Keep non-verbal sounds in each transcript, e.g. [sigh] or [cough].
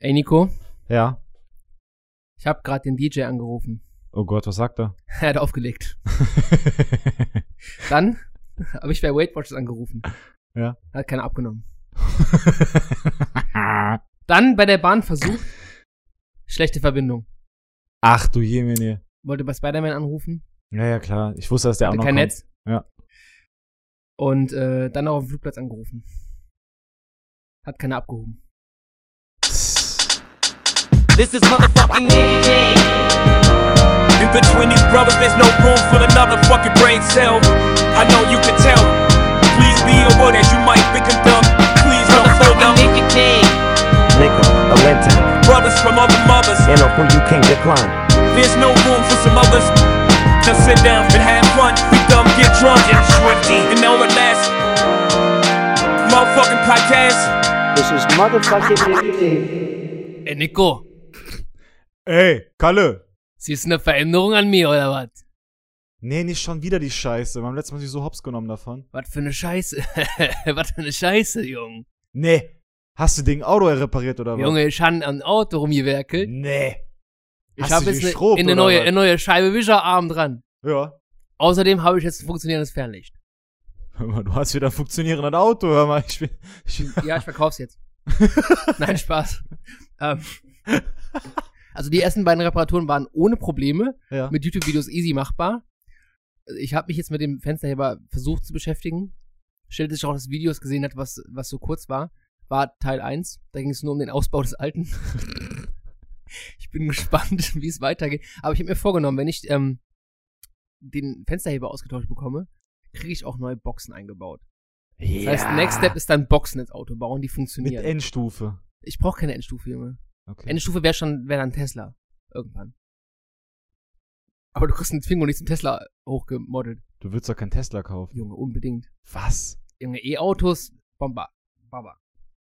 Ey, Nico, Ja. ich habe gerade den DJ angerufen. [laughs] Oh Gott, was sagt er? Er hat aufgelegt. Dann [laughs] habe ich bei Weight Watchers angerufen. Ja. Hat keiner abgenommen. Dann bei der Bahn versucht. Schlechte Verbindung. Ach du Jemine. Wollte bei Spider-Man anrufen. Ja, ja, klar. Ich wusste, dass der auch Hatte noch kein kommt. Netz. Ja. Und äh, dann auch auf dem Flugplatz angerufen. Hat keiner abgehoben. This is motherfucking me. In between these brothers, there's no room for another fucking brain cell. I know you can tell. Please be aware that you might be condemned. Please don't feel I'm dumb. Nicky King. Nigga, a Linton, Brothers from other mothers, you know who you can't decline. there's no room for some others. Now sit down and have fun. Be dumb, get drunk. And all the last motherfucking podcast. This is motherfucking Nicky Dave. Ey, Nico, Ey, Kalle! siehst du eine Veränderung an mir oder was? Nee, nicht schon wieder die Scheiße. Beim letzten Mal hab ich so hops genommen davon. Was für eine Scheiße. [laughs] was für eine Scheiße, Junge. Nee. Hast du den Auto repariert oder was? Junge, ich habe ein Auto rumgewerkelt. Nee. Ich Hast habe du jetzt geschrubbt eine, in eine, oder neue, was? eine neue Scheibe Wischerarm dran. Ja. Außerdem habe ich jetzt ein funktionierendes Fernlicht. Hör mal, du hast wieder ein funktionierendes Auto. Hör mal, ich bin. Ich, Ja, ich verkauf's jetzt. Nein, Spaß. Ähm, also die ersten beiden Reparaturen waren ohne Probleme, ja. mit YouTube-Videos easy machbar. Ich habe mich jetzt mit dem Fensterheber versucht zu beschäftigen. Stellte sich auch, dass Videos gesehen hat, was, was so kurz war. War Teil 1. Da ging es nur um den Ausbau des Alten. ich bin gespannt, [laughs] wie es weitergeht. Aber ich habe mir vorgenommen, wenn ich ähm, den Fensterheber ausgetauscht bekomme, kriege ich auch neue Boxen eingebaut. Das heißt, Next Step ist dann Boxen ins Auto bauen, die Mit funktionieren. Endstufe. Ich brauche keine Endstufe, Junge. Okay. Endstufe wäre schon, wäre dann Tesla. Irgendwann. Aber du kriegst einen Twingo nicht zum Tesla hochgemodelt. du willst doch keinen Tesla kaufen. Junge, unbedingt. Was? Junge, E-Autos, Bomber. Baba.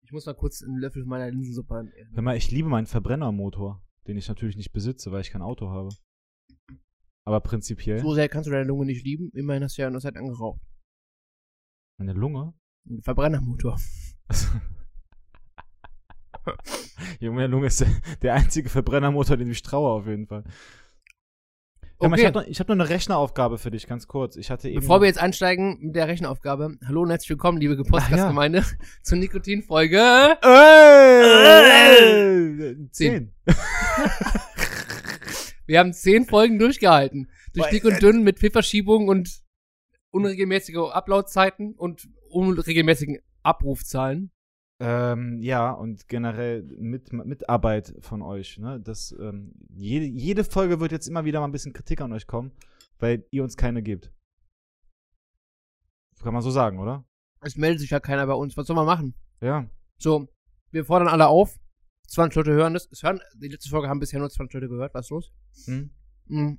Ich muss mal kurz einen Löffel meiner Linsensuppe. Hör mal, ich liebe meinen Verbrennermotor, den ich natürlich nicht besitze, weil ich kein Auto habe. Aber prinzipiell. So sehr kannst du deine Lunge nicht lieben. Immerhin hast du ja in der Zeit angeraucht. Meine Lunge? Ein Verbrennermotor. Junge, meine Lunge ist [laughs] der- der einzige Verbrennermotor, den ich traue, auf jeden Fall. Hör mal, ich Okay. habe noch, ich hab noch eine Rechneraufgabe für dich, ganz kurz. Ich hatte eben. Bevor wir jetzt einsteigen mit der Rechenaufgabe. Hallo und herzlich willkommen, liebe Podcast-Gemeinde, [laughs] zur Nikotin-Folge. Äh! Ey! Zehn. Wir haben zehn Folgen durchgehalten. Durch Boah, dick und dünn mit Pfifferschiebung und unregelmäßige Upload-Zeiten und unregelmäßigen Abrufzahlen. Ähm, ja, und generell mit, Mitarbeit von euch. Ne? Das, ähm, jede, jede Folge wird jetzt immer wieder mal ein bisschen Kritik an euch kommen, weil ihr uns keine gebt. Kann man so sagen, oder? Es meldet sich ja keiner bei uns. Was soll man machen? Ja. So, wir fordern alle auf. 20 Leute hören das. Es hören, die letzte Folge haben bisher nur 20 Leute gehört. Was ist los? Hm? Mhm.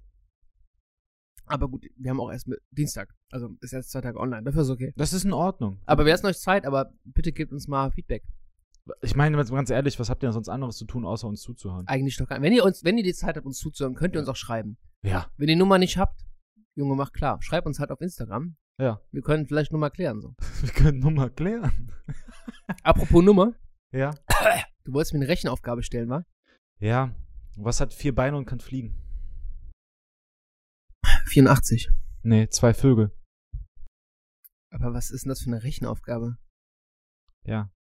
Aber gut, wir haben auch erst mit Dienstag. Also ist erst zwei Tage online. Dafür ist okay. Das ist in Ordnung. Aber wir lassen euch Zeit, aber bitte gebt uns mal Feedback. Ich meine, jetzt mal ganz ehrlich, was habt ihr denn sonst anderes zu tun, außer uns zuzuhören? Eigentlich doch gar nicht. Wenn ihr uns, wenn ihr die Zeit habt, uns zuzuhören, könnt ihr uns auch schreiben. Ja. Wenn ihr Nummer nicht habt, Junge, macht klar. Schreib uns halt auf Instagram. Ja. Wir können vielleicht Nummer klären. So. [laughs] [laughs] Wir können Nummer klären. Apropos Nummer, Ja. du wolltest mir eine Rechenaufgabe stellen, [laughs] wa? Ja. Was hat vier Beine und kann fliegen? 84. Nee, zwei Vögel. Aber was ist denn das für eine Rechenaufgabe? Ja.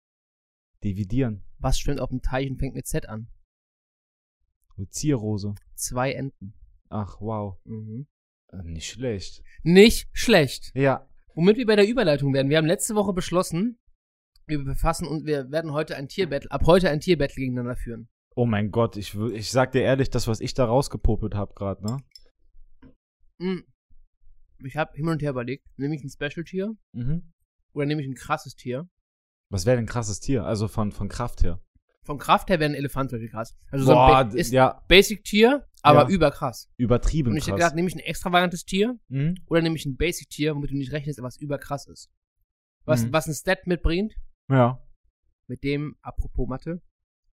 Dividieren. Was schwimmt auf dem Teich und fängt mit Z an? Und Zierrose. Zwei Enten. Ach, wow. Mhm. Äh, Nicht schlecht. Nicht schlecht. Ja. Womit wir bei der Überleitung werden. Wir haben letzte Woche beschlossen, wir befassen und wir werden heute ein Tierbattle, ab heute ein Tierbattle gegeneinander führen. Oh mein Gott, ich, wür- ich sag dir ehrlich, das, was ich da rausgepopelt hab gerade, ne? Hm. Ich habe hin und her überlegt, nehme ich ein Special-Tier Mhm. oder nehme ich ein krasses Tier? Was wäre denn ein krasses Tier? Also von, von Kraft her. Vom Kraft her wäre ein Elefant zum Beispiel krass. Also so Boah, ein Ba- ist ja, Basic-Tier, aber Ja. überkrass. übertrieben Und ich krass. hätte gedacht, nehme ich ein extravagantes Tier mhm. oder nehme ich ein Basic-Tier, womit du nicht rechnest, aber was überkrass ist. Was, Mhm. was ein Stat mitbringt, Ja. mit dem, apropos Mathe,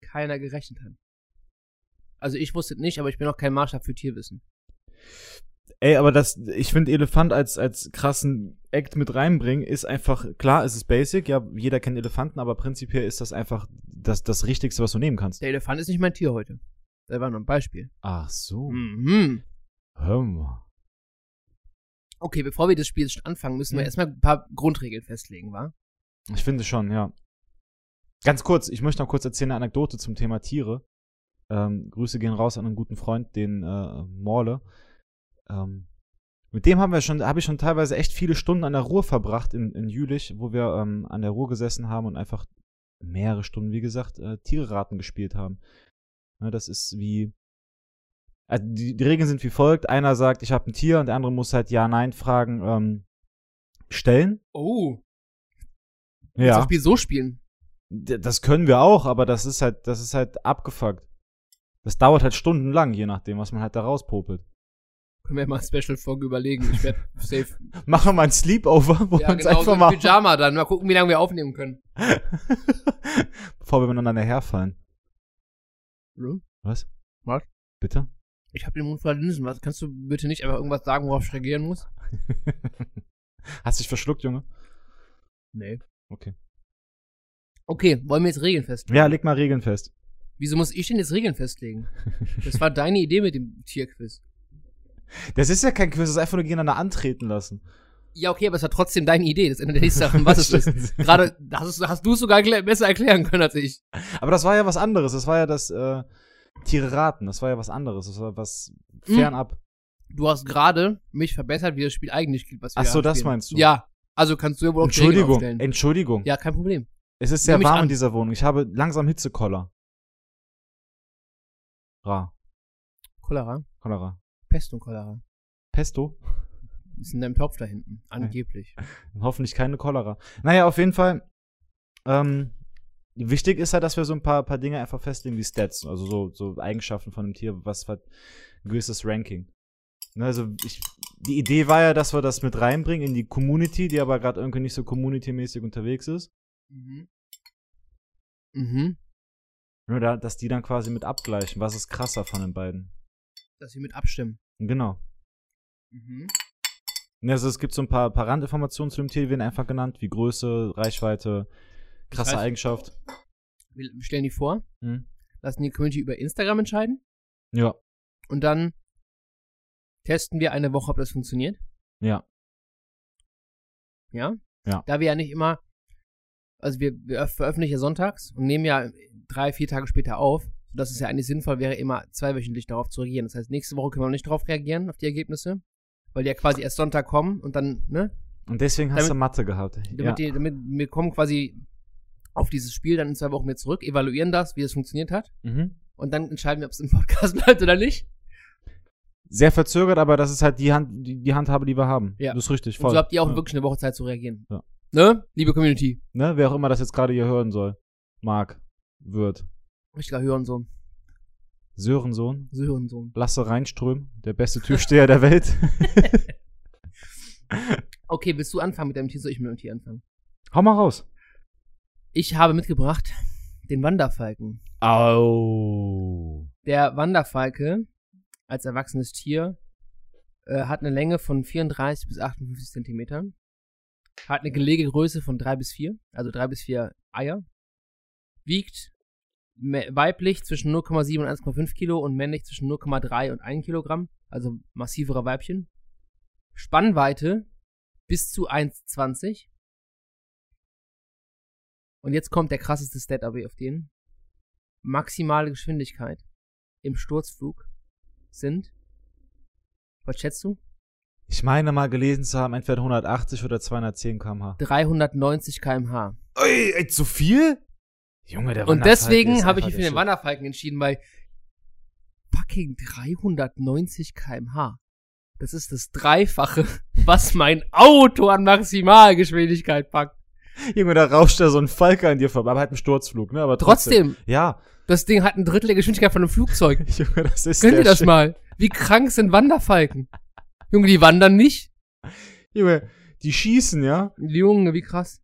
keiner gerechnet hat. Also ich wusste es nicht, aber ich bin auch kein Maßstab für Tierwissen. Ey, aber das, ich finde Elefant als, als krassen Act mit reinbringen, ist einfach, klar, es ist basic, ja, jeder kennt Elefanten, aber prinzipiell ist das einfach das, das Richtigste, was du nehmen kannst. Der Elefant ist nicht mein Tier heute. Das war nur ein Beispiel. Ach so. Mhm. Hör mal. Okay, bevor wir das Spiel anfangen, müssen wir Mhm. erstmal ein paar Grundregeln festlegen, wa? Ich finde schon, ja. Ganz kurz, ich möchte noch kurz erzählen eine Anekdote zum Thema Tiere. Ähm, Grüße gehen raus an einen guten Freund, den äh, Morle. Ähm, mit dem haben wir schon, habe ich schon teilweise echt viele Stunden an der Ruhr verbracht in, in Jülich, wo wir ähm, an der Ruhr gesessen haben und einfach mehrere Stunden, wie gesagt, äh, Tiereraten gespielt haben. Ne, das ist wie. Also die, die Regeln sind wie folgt: Einer sagt, ich habe ein Tier, und der andere muss halt Ja-Nein-Fragen ähm, stellen. Oh. Das Spiel so spielen. D- Das können wir auch, aber das ist halt, das ist halt abgefuckt. Das dauert halt stundenlang, je nachdem, was man halt da rauspopelt. [laughs] Können wir mal eine Special-Folge überlegen. Ich werde safe. genau, Machen wir mal ein Sleepover, wo wir uns so einfach im mal, Pyjama dann. Mal gucken, wie lange wir aufnehmen können. [laughs] bevor wir miteinander herfallen. Hallo? Was? Hm? Was? Bitte? Ich habe den Mund voller Linsen. Was, kannst du bitte nicht einfach irgendwas sagen, worauf ich reagieren muss? Hast dich verschluckt, Junge? Nee. Okay. Okay, wollen wir jetzt Regeln festlegen? Ja, leg mal Regeln fest. Wieso muss ich denn jetzt Regeln festlegen? Das [laughs] war deine Idee mit dem Tierquiz. Das ist ja kein Quiz, das ist einfach nur gegeneinander antreten lassen. Ja, okay, aber es war trotzdem deine Idee. Das ändert nichts daran, [laughs] was es [laughs] ist. Gerade hast, du- hast du es sogar erklär, besser erklären können als ich. Aber das war ja was anderes. Das war ja das äh, Tiere raten. Das war ja was anderes. Das war was Mhm. fernab. Du hast gerade mich verbessert, wie das Spiel eigentlich geht. Was wir Ach so, spielen. das meinst du? Ja. Also kannst du ja wohl auch die Regeln Entschuldigung, aufstellen. Entschuldigung. Ja, kein Problem. Es ist sehr Nehme ich warm an. in dieser Wohnung. Ich habe langsam Hitzekoller. Ra. Cholera. Cholera. Pest und Cholera. Pesto? [laughs] Ist in deinem Topf da hinten. Angeblich. Hoffentlich keine Cholera. Naja, auf jeden Fall. Ähm, wichtig ist halt, dass wir so ein paar, paar Dinge einfach festlegen wie Stats. Also so, so Eigenschaften von einem Tier, was hat ein gewisses Ranking. Ne, also ich, die Idee war ja, dass wir das mit reinbringen in die Community, die aber gerade irgendwie nicht so community-mäßig unterwegs ist. Mhm. Mhm. Nur da, dass die dann quasi mit abgleichen. Was ist krasser von den beiden? Dass wir mit abstimmen. Genau. Mhm. Ja, Also es gibt so ein paar, paar Randinformationen zu dem Tier, die werden einfach genannt, wie Größe, Reichweite, krasse Ich weiß- Eigenschaft. Wir stellen die vor, Hm? lassen die Community über Instagram entscheiden Ja, und dann testen wir eine Woche, ob das funktioniert. ja. Ja? Ja. Da wir ja nicht immer, also wir, wir öff- veröffentlichen ja sonntags und nehmen ja drei, vier Tage später auf, sodass es ja eigentlich sinnvoll wäre, immer zweiwöchentlich darauf zu reagieren. Das heißt, nächste Woche können wir noch nicht darauf reagieren, auf die Ergebnisse, weil die ja quasi erst Sonntag kommen und dann, ne, Und deswegen hast Damit- du Mathe gehabt. Ja. damit, die, damit wir kommen quasi auf dieses Spiel dann in zwei Wochen wieder zurück, evaluieren das, wie es funktioniert hat Mhm. und dann entscheiden wir, ob es im Podcast [laughs] bleibt oder nicht. Sehr verzögert, aber das ist halt die, Hand, die, die Handhabe, die wir haben. Ja. Das ist richtig, voll. Und so habt ihr auch ja. wirklich eine Woche Zeit zu reagieren. Ja. Ne, liebe Community? ne? Wer auch immer das jetzt gerade hier hören soll. Marc, Wirth, Richtiger Hörensohn, Sörensohn, Sörensohn. Lasse Reinström, der beste Türsteher der Welt. [laughs] Okay, willst du anfangen mit deinem Tier? Soll ich mit dem Tier anfangen? Hau mal raus. Ich habe mitgebracht den Wanderfalken. Au. Der Wanderfalke als erwachsenes Tier äh, hat eine Länge von 34 bis 58 Zentimetern, hat eine Gelegegröße von 3 bis 4, also 3 bis 4 Eier, wiegt mä- weiblich zwischen 0,7 und 1,5 Kilo und männlich zwischen 0,3 und 1 Kilogramm, also massivere Weibchen. Spannweite bis zu 1,20. Und jetzt kommt der krasseste Stat aber auf den. Maximale Geschwindigkeit im Sturzflug sind. Was schätzt du? Ich meine mal gelesen zu haben, entweder 180 oder 210 km/h. 390 km/h. Ey, ey, zu viel? Junge, der Und Wanderfalke deswegen ist habe ich mich einfach für den der Shit. Wanderfalken entschieden, weil fucking 390 km/h. Das ist das Dreifache, [laughs] was mein Auto an Maximalgeschwindigkeit packt. Junge, da rauscht da so ein Falke an dir vorbei, aber halt ein Sturzflug, ne? Aber trotzdem. Trotzdem, Ja, [laughs] das Ding hat ein Drittel der Geschwindigkeit von einem Flugzeug. Junge, [laughs] das ist Gönn dir der das Shit. mal. Wie krank sind Wanderfalken? Junge, die wandern nicht. Junge, die schießen, ja? Junge, wie krass.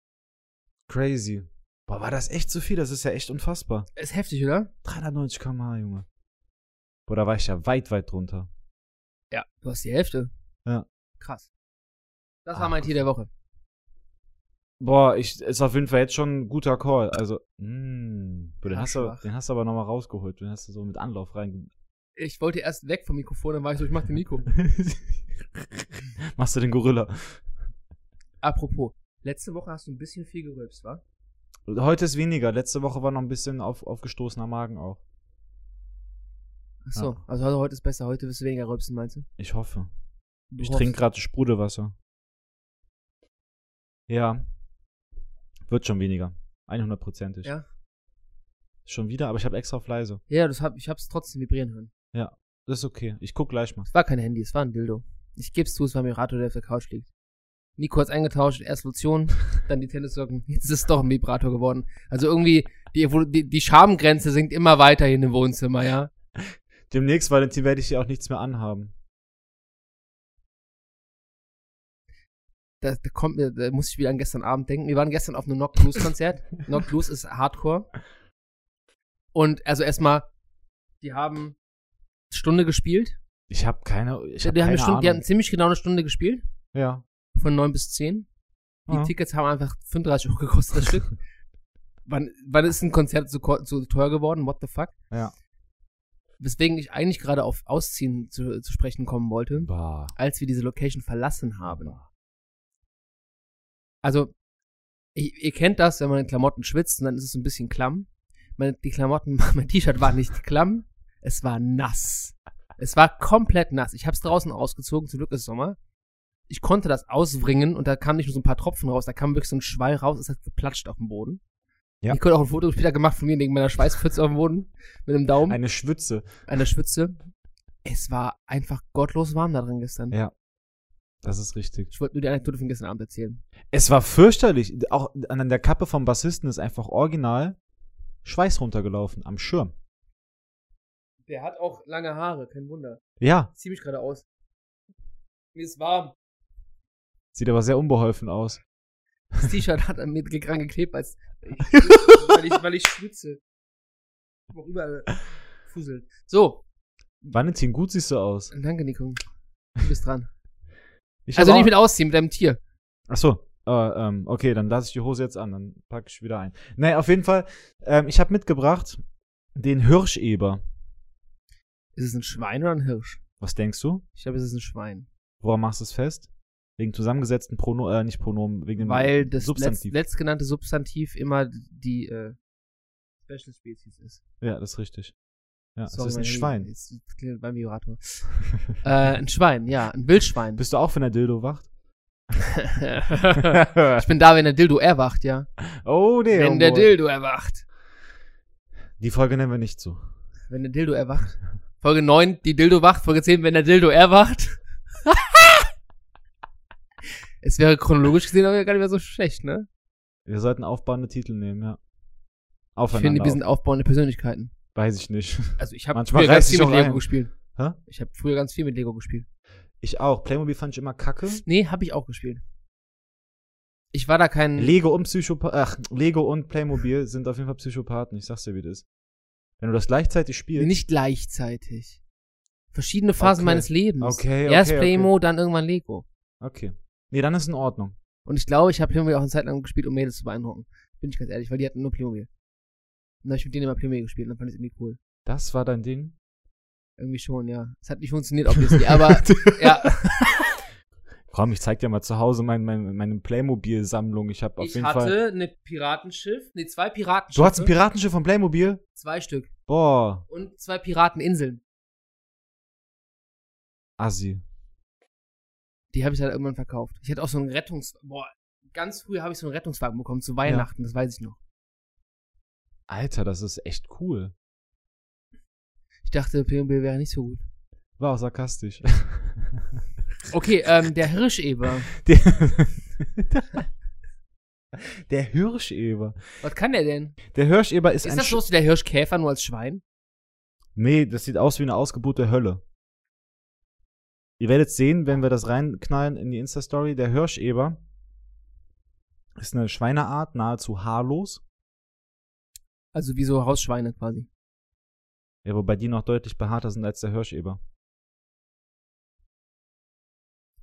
Crazy. Boah, war das echt zu viel? Das ist ja echt unfassbar. Ist heftig, oder? 390 km/h, Junge. Boah, da war ich ja weit, weit drunter. Ja. Du hast die Hälfte. Ja. Krass. Das Ah, war mein Tier der Woche. Boah, ich, ist auf jeden Fall jetzt schon ein guter Call. Also, mh, boah, den, Ja, hast du, schwach. den hast du aber nochmal rausgeholt. Den hast du so mit Anlauf rein. [laughs] Ich wollte erst weg vom Mikrofon, dann war ich so, ich mach den Mikro. Machst du den Gorilla. Apropos, letzte Woche hast du ein bisschen viel gerülpst, war? Heute ist weniger. Letzte Woche war noch ein bisschen auf, aufgestoßener Magen auch. Achso, also heute- heute ist besser, heute wirst du weniger rülpsen, meinst du? Ich hoffe. Du Ich hoffst. trinke gerade Sprudelwasser. Ja. Wird schon weniger. 100%ig. Ja. Schon wieder, aber ich habe extra auf leise. Ja, das hab, ich hab's trotzdem vibrieren hören. Das ist okay. Ich guck gleich mal. Es war kein Handy, es war ein Dildo. Ich geb's zu, es war Mirator, der auf der Couch liegt. Nico hat's eingetauscht, erst [laughs] Lotion, dann die Tennissocken. Jetzt ist es doch ein Vibrator geworden. Also irgendwie, die, Evolu- die, die Schamgrenze sinkt immer weiter hier im Wohnzimmer, ja? Demnächst, Valentin, werde ich dir auch nichts mehr anhaben. da, da kommt mir, da muss ich wieder an gestern Abend denken. Wir waren gestern auf einem Knock Blues [laughs] Konzert. Knock Blues ist Hardcore. Und also erstmal, die haben eine Stunde gespielt. Ich habe keine. Ich hab die, haben keine eine Stunde, die Ahnung. haben ziemlich genau eine Stunde gespielt, ja. von 9 bis 10. Die Ja. Tickets haben einfach 35 Euro gekostet, das [laughs] Stück. wann, wann ist ein Konzert so, ko- so teuer geworden? What the fuck? Ja. Weswegen ich eigentlich gerade auf Ausziehen zu, zu sprechen kommen wollte, Bah. als wir diese Location verlassen haben. Also, ich, ihr kennt das, wenn man in Klamotten schwitzt und dann ist es so ein bisschen klamm. Meine, die Klamotten, [laughs] mein T-Shirt war nicht klamm, es war nass. Es war komplett nass. Ich habe es draußen ausgezogen, zum Glück ist Sommer. Ich konnte das auswringen und da kamen nicht nur so ein paar Tropfen raus, da kam wirklich so ein Schwall raus, es hat geplatscht auf dem Boden. Ja. Ich konnte auch ein Foto später gemacht von mir wegen meiner Schweißpfütze auf dem Boden mit einem Daumen, Eine Schwitze. einer Schwitze. Es war einfach gottlos warm da drin gestern. Ja. Das ist richtig. Ich wollte nur die Anekdote von gestern Abend erzählen. Es war fürchterlich. Auch an der Kappe vom Bassisten ist einfach original Schweiß runtergelaufen am Schirm. Der hat auch lange Haare, kein Wunder. Ja. Ich zieh mich gerade aus. Mir ist warm. Sieht aber sehr unbeholfen aus. Das T-Shirt hat an mir ge- dran geklebt, als ich, weil, ich, weil ich schwitze. Wo überall fuselt. So, Valentin, gut siehst du aus. danke, Nico. Du bist dran. Ich also hab nicht auch- mit ausziehen, mit deinem Tier. Ach so. Äh, ähm, okay, dann lasse ich die Hose jetzt an, dann packe ich wieder ein. Naja, auf jeden Fall, ähm, ich habe mitgebracht den Hirscheber. Ist es ein Schwein oder ein Hirsch? Was denkst du? Ich glaube, es ist ein Schwein. Woran machst du es fest? Wegen zusammengesetzten Pronomen, äh, nicht Pronomen, wegen dem Weil das letzt, Substantiv. letztgenannte Substantiv immer die äh, Special Species ist. ja, das ist richtig. Ja, es Sorry, ist ein mein- Schwein. Jetzt klingelt Beim [laughs] Vibrator. äh, ein Schwein, ja, ein Wildschwein. Bist du auch, wenn der Dildo wacht? [laughs] ich bin da, wenn der Dildo erwacht, ja. oh, nee. Wenn oh, der boy. Dildo erwacht. Die Folge nennen wir nicht so. Wenn der Dildo erwacht. Folge 9, die Dildo wacht. Folge 10, wenn der Dildo erwacht. [laughs] es wäre chronologisch gesehen aber gar nicht mehr so schlecht, ne? Wir sollten aufbauende Titel nehmen, ja. Ich Aufeinander. finde, wir sind aufbauende Persönlichkeiten. auf- Weiß ich nicht. Also ich habe Manchmal früher ganz reiß viel ich mit auch Lego ein. gespielt. Hä? Ich habe früher ganz viel mit Lego gespielt. Ich auch. Playmobil fand ich immer kacke. Nee, habe ich auch gespielt. Ich war da kein... Lego und Psychopath, ach, Lego und Playmobil sind auf jeden Fall Psychopathen. Ich sag's dir, wie das ist. Wenn du das gleichzeitig spielst, nicht gleichzeitig. Verschiedene Phasen Okay. meines Lebens. Okay, Erst okay, Playmo, dann irgendwann Lego. okay. Nee, dann ist in Ordnung. Und ich glaube, ich habe Playmobil auch eine Zeit lang gespielt, um Mädels zu beeindrucken. Bin ich ganz ehrlich, weil die hatten nur Playmobil. Und dann habe ich mit denen immer Playmobil gespielt und dann fand ich irgendwie cool. Das war dein Ding. Irgendwie schon, ja. Es hat nicht funktioniert, [laughs] obviously, aber ja, Komm, ich zeig dir mal zu Hause mein, mein, meine Playmobil-Sammlung. Ich habe auf ich jeden hatte Fall. eine Piratenschiff, nee, zwei Piratenschiffe. Du hattest ein Piratenschiff von Playmobil? Zwei Stück. Boah, Und zwei Pirateninseln. Assi. Die habe ich dann irgendwann verkauft. Ich hatte auch so einen Rettungs... Boah, ganz früh habe ich so einen Rettungswagen bekommen, zu Weihnachten, das weiß ich noch. Alter, das ist echt cool. Ich dachte, Playmobil wäre nicht so gut. War auch sarkastisch. [laughs] Okay, ähm, der Hirscheber. Der, [laughs] der Hirscheber. Was kann der denn? Der Hirscheber ist, Ist ein. das Sch- bloß wie der Hirschkäfer, nur als Schwein? Nee, das sieht aus wie eine Ausgeburt der Hölle. Ihr werdet sehen, wenn wir das reinknallen in die Insta-Story. Der Hirscheber ist eine Schweineart, nahezu haarlos. Also wie so Hausschweine quasi. Ja, wobei die noch deutlich behaarter sind als der Hirscheber.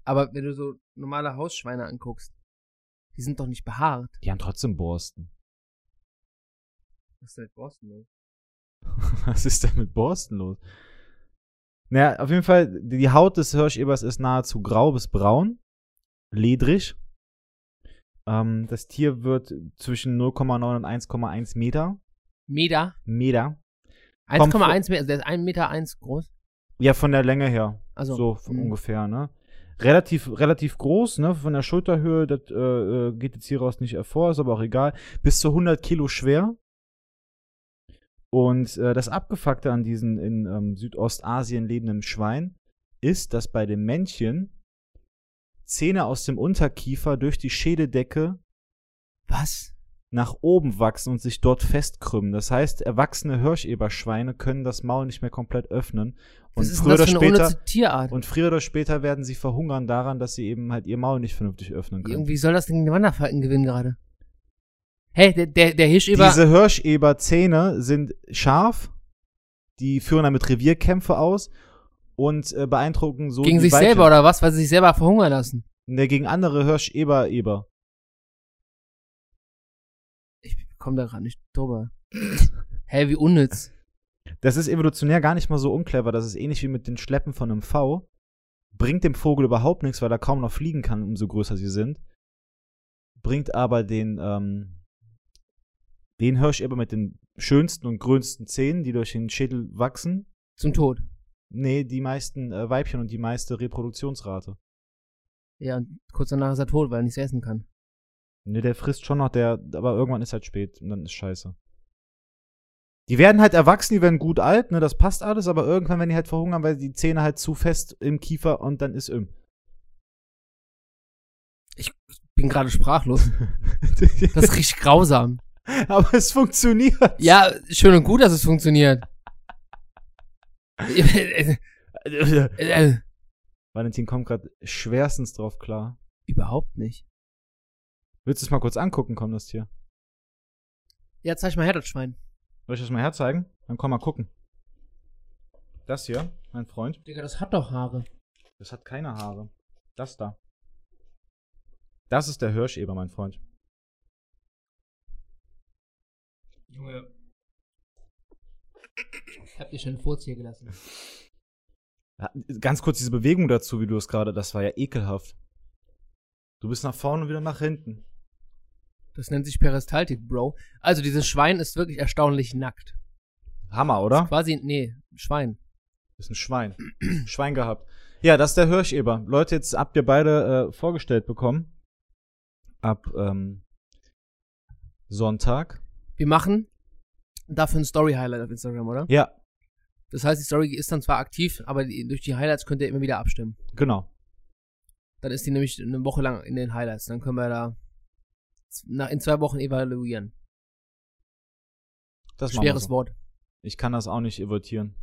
Aber wenn du so normale Hausschweine anguckst, die sind doch nicht behaart. Die haben trotzdem Borsten. [laughs] Das ist halt Borsten, ne? Was ist denn mit Borsten los? Naja, auf jeden Fall, die Haut des Hirschebers ist nahezu grau bis braun, ledrig. Ähm, das Tier wird zwischen 0,9 und 1,1 Meter. Meter. Meter. Kommt vor- 1,1 Meter, also der ist 1,1 Meter eins groß. Ja, von der Länge her. Also, so von mh. ungefähr, ne? Relativ, relativ groß, ne? Von der Schulterhöhe, das äh, äh, geht jetzt hieraus nicht hervor, ist aber auch egal. Bis zu 100 Kilo schwer. Und äh, das Abgefuckte an diesen in ähm, Südostasien lebenden Schwein ist, dass bei dem Männchen Zähne aus dem Unterkiefer durch die Schädeldecke Was? nach oben wachsen und sich dort festkrümmen. Das heißt, erwachsene Hirscheberschweine können das Maul nicht mehr komplett öffnen. Und Was ist denn früher oder das für eine später unnütze Tierart? und früher oder später werden sie verhungern daran, dass sie eben halt ihr Maul nicht vernünftig öffnen können. Irgendwie soll das Ding den Wanderfalken gewinnen gerade. Hey, der, der, der Hirscheber. Diese Hirscheber-Zähne sind scharf, die führen damit Revierkämpfe aus und äh, beeindrucken so gegen die sich Weibchen. selber oder was? Weil sie sich selber verhungern lassen. Ne, gegen andere Hirscheber-Eber. Ich komm da gerade nicht [laughs] drüber. Hä, wie unnütz. Das ist evolutionär gar nicht mal so unclever. Das ist ähnlich wie mit den Schleppen von einem V. Bringt dem Vogel überhaupt nichts, weil er kaum noch fliegen kann, umso größer sie sind. Bringt aber den, ähm, den Hirscheber mit den schönsten und grönsten Zähnen, die durch den Schädel wachsen. Zum Tod. Nee, die meisten äh, Weibchen und die meiste Reproduktionsrate. Ja, und kurz danach ist er tot, weil er nichts essen kann. Nee, Ne, der frisst schon noch, der, aber irgendwann ist halt spät und dann ist scheiße. Die werden halt erwachsen, die werden gut alt, ne, das passt alles, aber irgendwann werden die halt verhungern, weil die Zähne halt zu fest im Kiefer und dann ist im. [laughs] Bin gerade sprachlos. [laughs] Das ist richtig grausam. aber es funktioniert. [laughs] Ja, schön und gut, dass es funktioniert. Äh, äh, äh, Valentin kommt gerade schwerstens drauf klar. [laughs] Überhaupt nicht. Willst du es mal kurz angucken, komm, das Tier? Ja, zeig mal her, das Schwein. Soll ich das mal herzeigen? Dann komm mal gucken. Das hier, mein Freund, Digga, das hat doch Haare. das hat keine Haare. Das da. Das ist der Hirscheber, mein Freund. Junge. Ich hab dir schon einen Furz hier gelassen. Ja, Ganz kurz diese Bewegung dazu, wie du es gerade, das war ja ekelhaft. Du bist nach vorne und wieder nach hinten. Das nennt sich Peristaltik, Bro. Also, dieses Schwein ist wirklich erstaunlich nackt. Hammer, oder? Quasi, nee, Schwein. Ist ein Schwein. [clears throat] Schwein gehabt. Ja, das ist der Hirscheber. Leute, jetzt habt ihr beide äh, vorgestellt bekommen. Ab ähm, Sonntag. Wir machen dafür ein Story-Highlight auf Instagram, oder? Ja, Das heißt, die Story ist dann zwar aktiv, aber die, durch die Highlights könnt ihr immer wieder abstimmen. genau. Dann ist die nämlich eine Woche lang in den Highlights. Dann können wir da z- nach, in zwei Wochen evaluieren. Das machen wir Schweres so. Wort. Ich kann das auch nicht evotieren.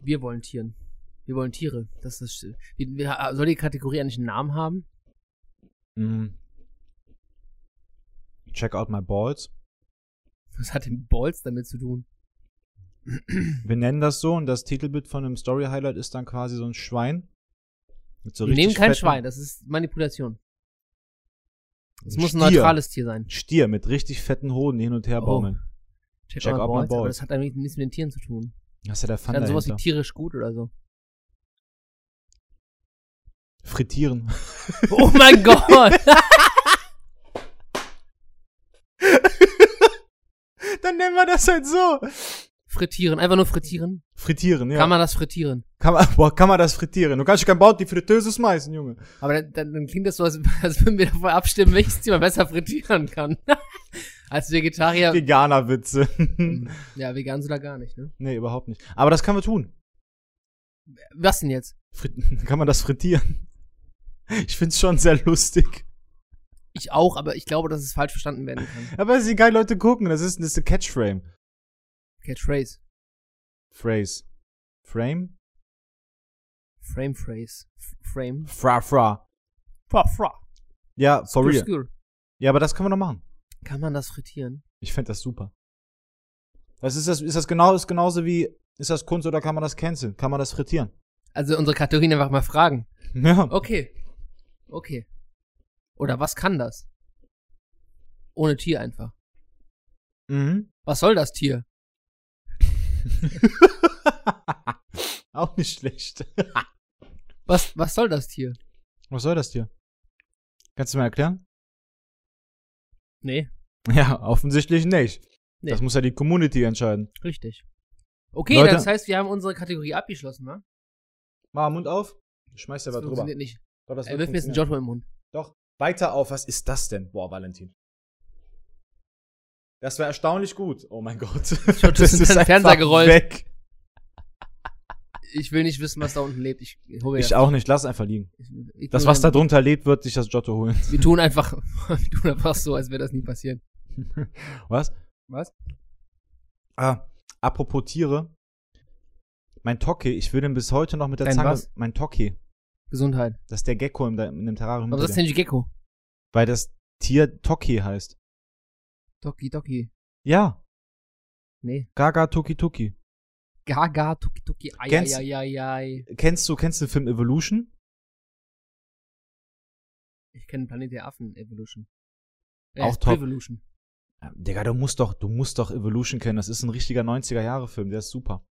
Wir wollen Tieren. Wir wollen Tiere. Das ist, wir, wir, soll die Kategorie eigentlich einen Namen haben? Mhm. Check out my balls. Was hat denn Balls damit zu tun? Wir nennen das so und das Titelbild von einem Story-Highlight ist dann quasi so ein Schwein. Mit so wir richtig nehmen kein fetten- Schwein, das ist Manipulation. Es Ein muss ein Stier. neutrales Tier sein. Stier mit richtig fetten Hoden hin und her Oh. baumeln. Check, Check out my out my balls. Aber balls. das hat eigentlich nichts mit den Tieren zu tun. Das ist ja der Fun Dann sowas wie dahinter. tierisch gut oder so. [laughs] [laughs] Frittieren. Oh mein Gott! Dann nennen wir das halt so. frittieren, einfach nur frittieren. Frittieren, ja. Kann man das frittieren? kann man, boah, kann man das frittieren? Du kannst kein Baut die Fritteuse schmeißen, Junge. Aber dann, dann, dann klingt das so, als, [laughs] als würden wir davon abstimmen, welches Tier man besser frittieren kann. [laughs] als Vegetarier. Veganer-Witze. Ja, vegan sogar gar nicht, ne? [laughs] nee, überhaupt nicht. Aber das können wir tun. Was denn jetzt? Frit [laughs] kann man das frittieren? [laughs] Ich find's schon sehr lustig. Ich auch, aber ich glaube, dass es falsch verstanden werden kann. Aber es ist egal, Leute gucken. Das ist, das ist eine Catchframe. Catchphrase. Phrase. Frame? Frame Phrase. F- Frame. Fra, fra. Fra, fra. Ja, for Skur, real. skur. Ja, aber das können wir noch machen. Kann man das frittieren? Ich fänd das super. Was ist das? Ist das genau ist genauso wie ist das Kunst oder kann man das canceln? Kann man das frittieren? [laughs] Also unsere Kategorien einfach mal fragen. Ja. Okay. Okay. Oder was kann das? Ohne Tier einfach. Oh. Mhm. Was soll das Tier? Auch nicht schlecht. [laughs] Was, was soll das Tier? Was soll das dir? Kannst du mir erklären? [laughs] Nee, Ja, offensichtlich nicht. Nee. Das muss ja die Community entscheiden. richtig. Okay, Leute- das heißt, wir haben unsere Kategorie abgeschlossen, ne? Mach Mund auf. Schmeiß dir Das was drüber. funktioniert nicht. Doch, das Er wird wirft mir jetzt einen funktionieren. Joshua im Mund. Doch, weiter auf. Was ist das denn? Boah, Valentin. Das war erstaunlich gut. Oh mein Gott. Ich [laughs] hab das in deinen Fernseher gerollt. Weg. Ich will nicht wissen, was da unten lebt. Ich hole Ich auch nicht. Lass einfach liegen. Oh Ich- Das, was da drunter lebt, wird sich das Giotto holen. Wir tun einfach, [laughs] wir tun einfach so, als wäre das nie passiert. Was? Was? Ah, apropos Tiere. Mein Toki, ich will den bis heute noch mit der Dein Zange. was? Mein Toki. Gesundheit. Das ist der Gecko in, de- in dem Terrarium. Aber hinter das ist dir. denn die Gecko. Weil das Tier Toki heißt. Toki, Toki. Ja. Nee. Gaga Toki Toki. Gaga, Toki, Toki. Ai, Kennst- ai, ai, ai. Kennst du, kennst du den Film Evolution? Ich kenne Planet der Affen, Evolution. Äh, Auch top. Evolution. Ja, Ähm, Digga, du musst doch, du musst doch Evolution kennen. Das ist ein richtiger 90er-Jahre-Film, der ist super.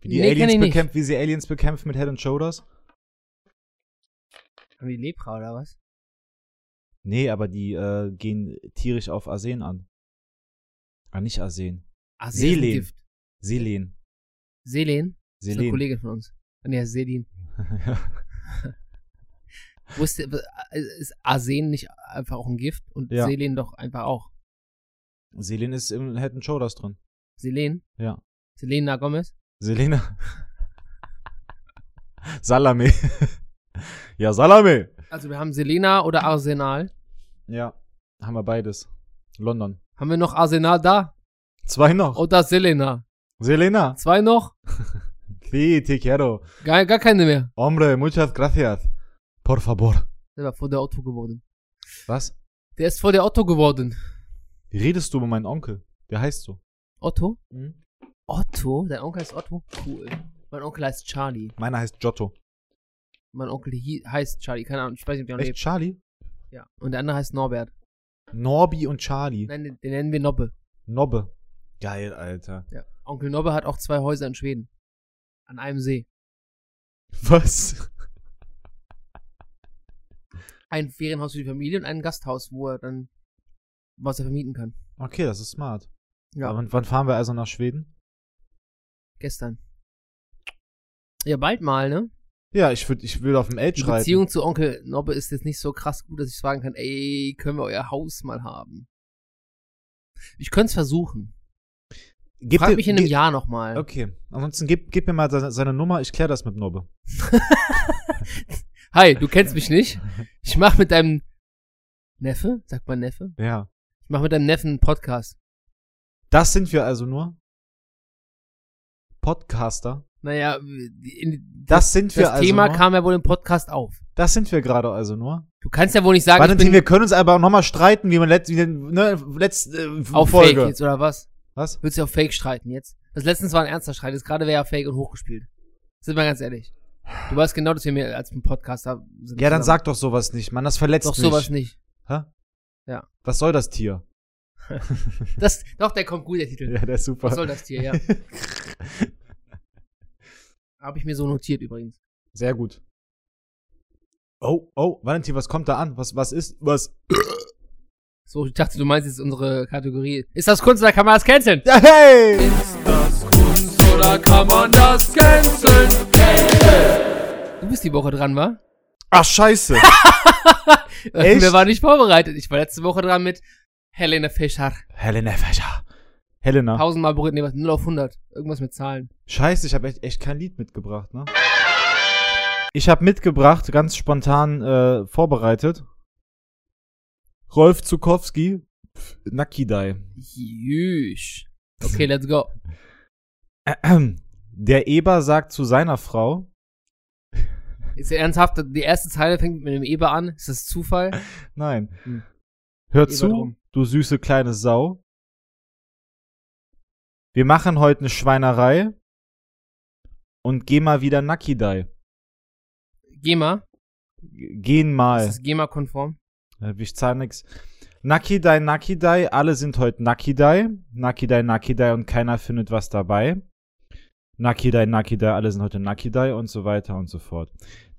Wie die Nee, kenn Aliens ich nicht. bekämpft, wie sie Aliens bekämpfen mit Head and Shoulders. Haben die Lepra oder was? Nee, aber die äh, gehen tierisch auf Arsen an. Ah, nicht Arsen. Ach, Selen. Gift. Selen. Selen? Das ist eine Selen. Kollegin von uns. Ah, Nee, [laughs] Selin. [laughs] Wusste, äh, ist Arsen nicht einfach auch ein Gift? Und Ja. Selen doch einfach auch. Selen ist im Head and Shoulders drin. Selen? Ja. Selena Gomez? Selena. [laughs] Salame. [laughs] ja, Salame. Also wir haben Selena oder Arsenal. Ja, haben wir beides. London. Haben wir noch Arsenal da? Zwei noch. Oder Selena? Selena. Zwei noch? Sí, te quiero. Gar, gar keine mehr. Hombre, muchas gracias. Por favor. Der war vor der Otto geworden. Was? Der ist vor der Otto geworden. Wie redest du über meinen Onkel? Der heißt so. Otto? Mhm. Otto? Dein Onkel heißt Otto? Cool. Mein Onkel heißt Charlie. Meiner heißt Giotto. Mein Onkel hie- heißt Charlie. Keine Ahnung, ich weiß nicht, ob der noch Echt lebt. Charlie? Ja. Und der andere heißt Norbert. Norbi und Charlie. Nein, den, den nennen wir Nobbe. Nobbe. Geil, Alter. Ja. Onkel Nobbe hat auch zwei Häuser in Schweden. An einem See. Was? [laughs] Ein Ferienhaus für die Familie und ein Gasthaus, wo er dann was er vermieten kann. Okay, das ist smart. Ja. Aber wann fahren wir also nach Schweden? Gestern. Ja, bald mal, ne? Ja, ich, würd, ich will auf dem Elch Die reiten. Beziehung zu Onkel Nobbe ist jetzt nicht so krass gut, dass ich sagen kann, ey, können wir euer Haus mal haben? Ich könnte es versuchen. Gib Frag dir- mich in einem gib- Jahr nochmal. Okay, ansonsten gib, gib mir mal seine, seine Nummer, ich kläre das mit Nobbe. Hi, du kennst mich nicht. Ich mach mit deinem Neffe, sagt man Neffe? Ja. Ich mach mit deinem Neffen einen Podcast. Das sind wir also nur. Podcaster. Naja, in, Das sind wir das also Thema nur. kam ja wohl im Podcast auf. das sind wir gerade also nur. Du kannst ja wohl nicht sagen, Valentin, ich wir können uns aber auch nochmal streiten, wie man letzt, wie den, ne, letzte äh, bin auf Folge. Fake jetzt oder was? Was? Willst du auf Fake streiten jetzt? Das letztens war ein ernster Streit, das gerade wäre ja Fake und hochgespielt. Sind wir ganz ehrlich. Du weißt genau, dass wir mehr als ein Podcaster sind. Ja, dann zusammen. sag doch sowas nicht, Mann. Das verletzt Doch mich. sowas nicht. Hä? Ja. Was soll das Tier? Das, doch, der kommt gut, der Titel. der ist super. Was soll das [laughs] Tier, ja. Habe ich mir so notiert übrigens. Sehr gut. Oh, oh, Valentin, was kommt da an? Was, was ist? Was? So, ich dachte, du meinst jetzt unsere Kategorie. Ist das Kunst oder kann man das canceln? Ja, hey! Du bist die Woche dran, wa? [laughs] Ach, scheiße. Echt? Wir waren nicht vorbereitet. Ich war letzte Woche dran mit Helena Fischer. Helena Fischer. Helena. Tausendmal berührt, nee, was? 0 auf 100. Irgendwas mit Zahlen. Scheiße, ich habe echt, echt kein Lied mitgebracht, ne? Ich habe mitgebracht, ganz spontan äh, vorbereitet. Rolf Zukowski, Pff, Nakidai. Jüsch. Okay, let's go. Ahem. [clears throat] Der Eber sagt zu seiner Frau, Ist ja ernsthaft, die erste Zeile fängt mit einem Eber an. Ist das Zufall? nein, Hm. hör Eber zu, drum. du süße kleine Sau. Wir machen heute ne eine Schweinerei und geh mal wieder Nakidai. Geh mal. Gehen mal. Ist das GEMA-konform? Äh, Ich zahl nix. Nakidai, Nakidai, alle sind heute Nakidai. Nakidai, Nakidai und keiner findet was dabei. Nakidai, Nakidai, alle sind heute Nakidai und so weiter und so fort.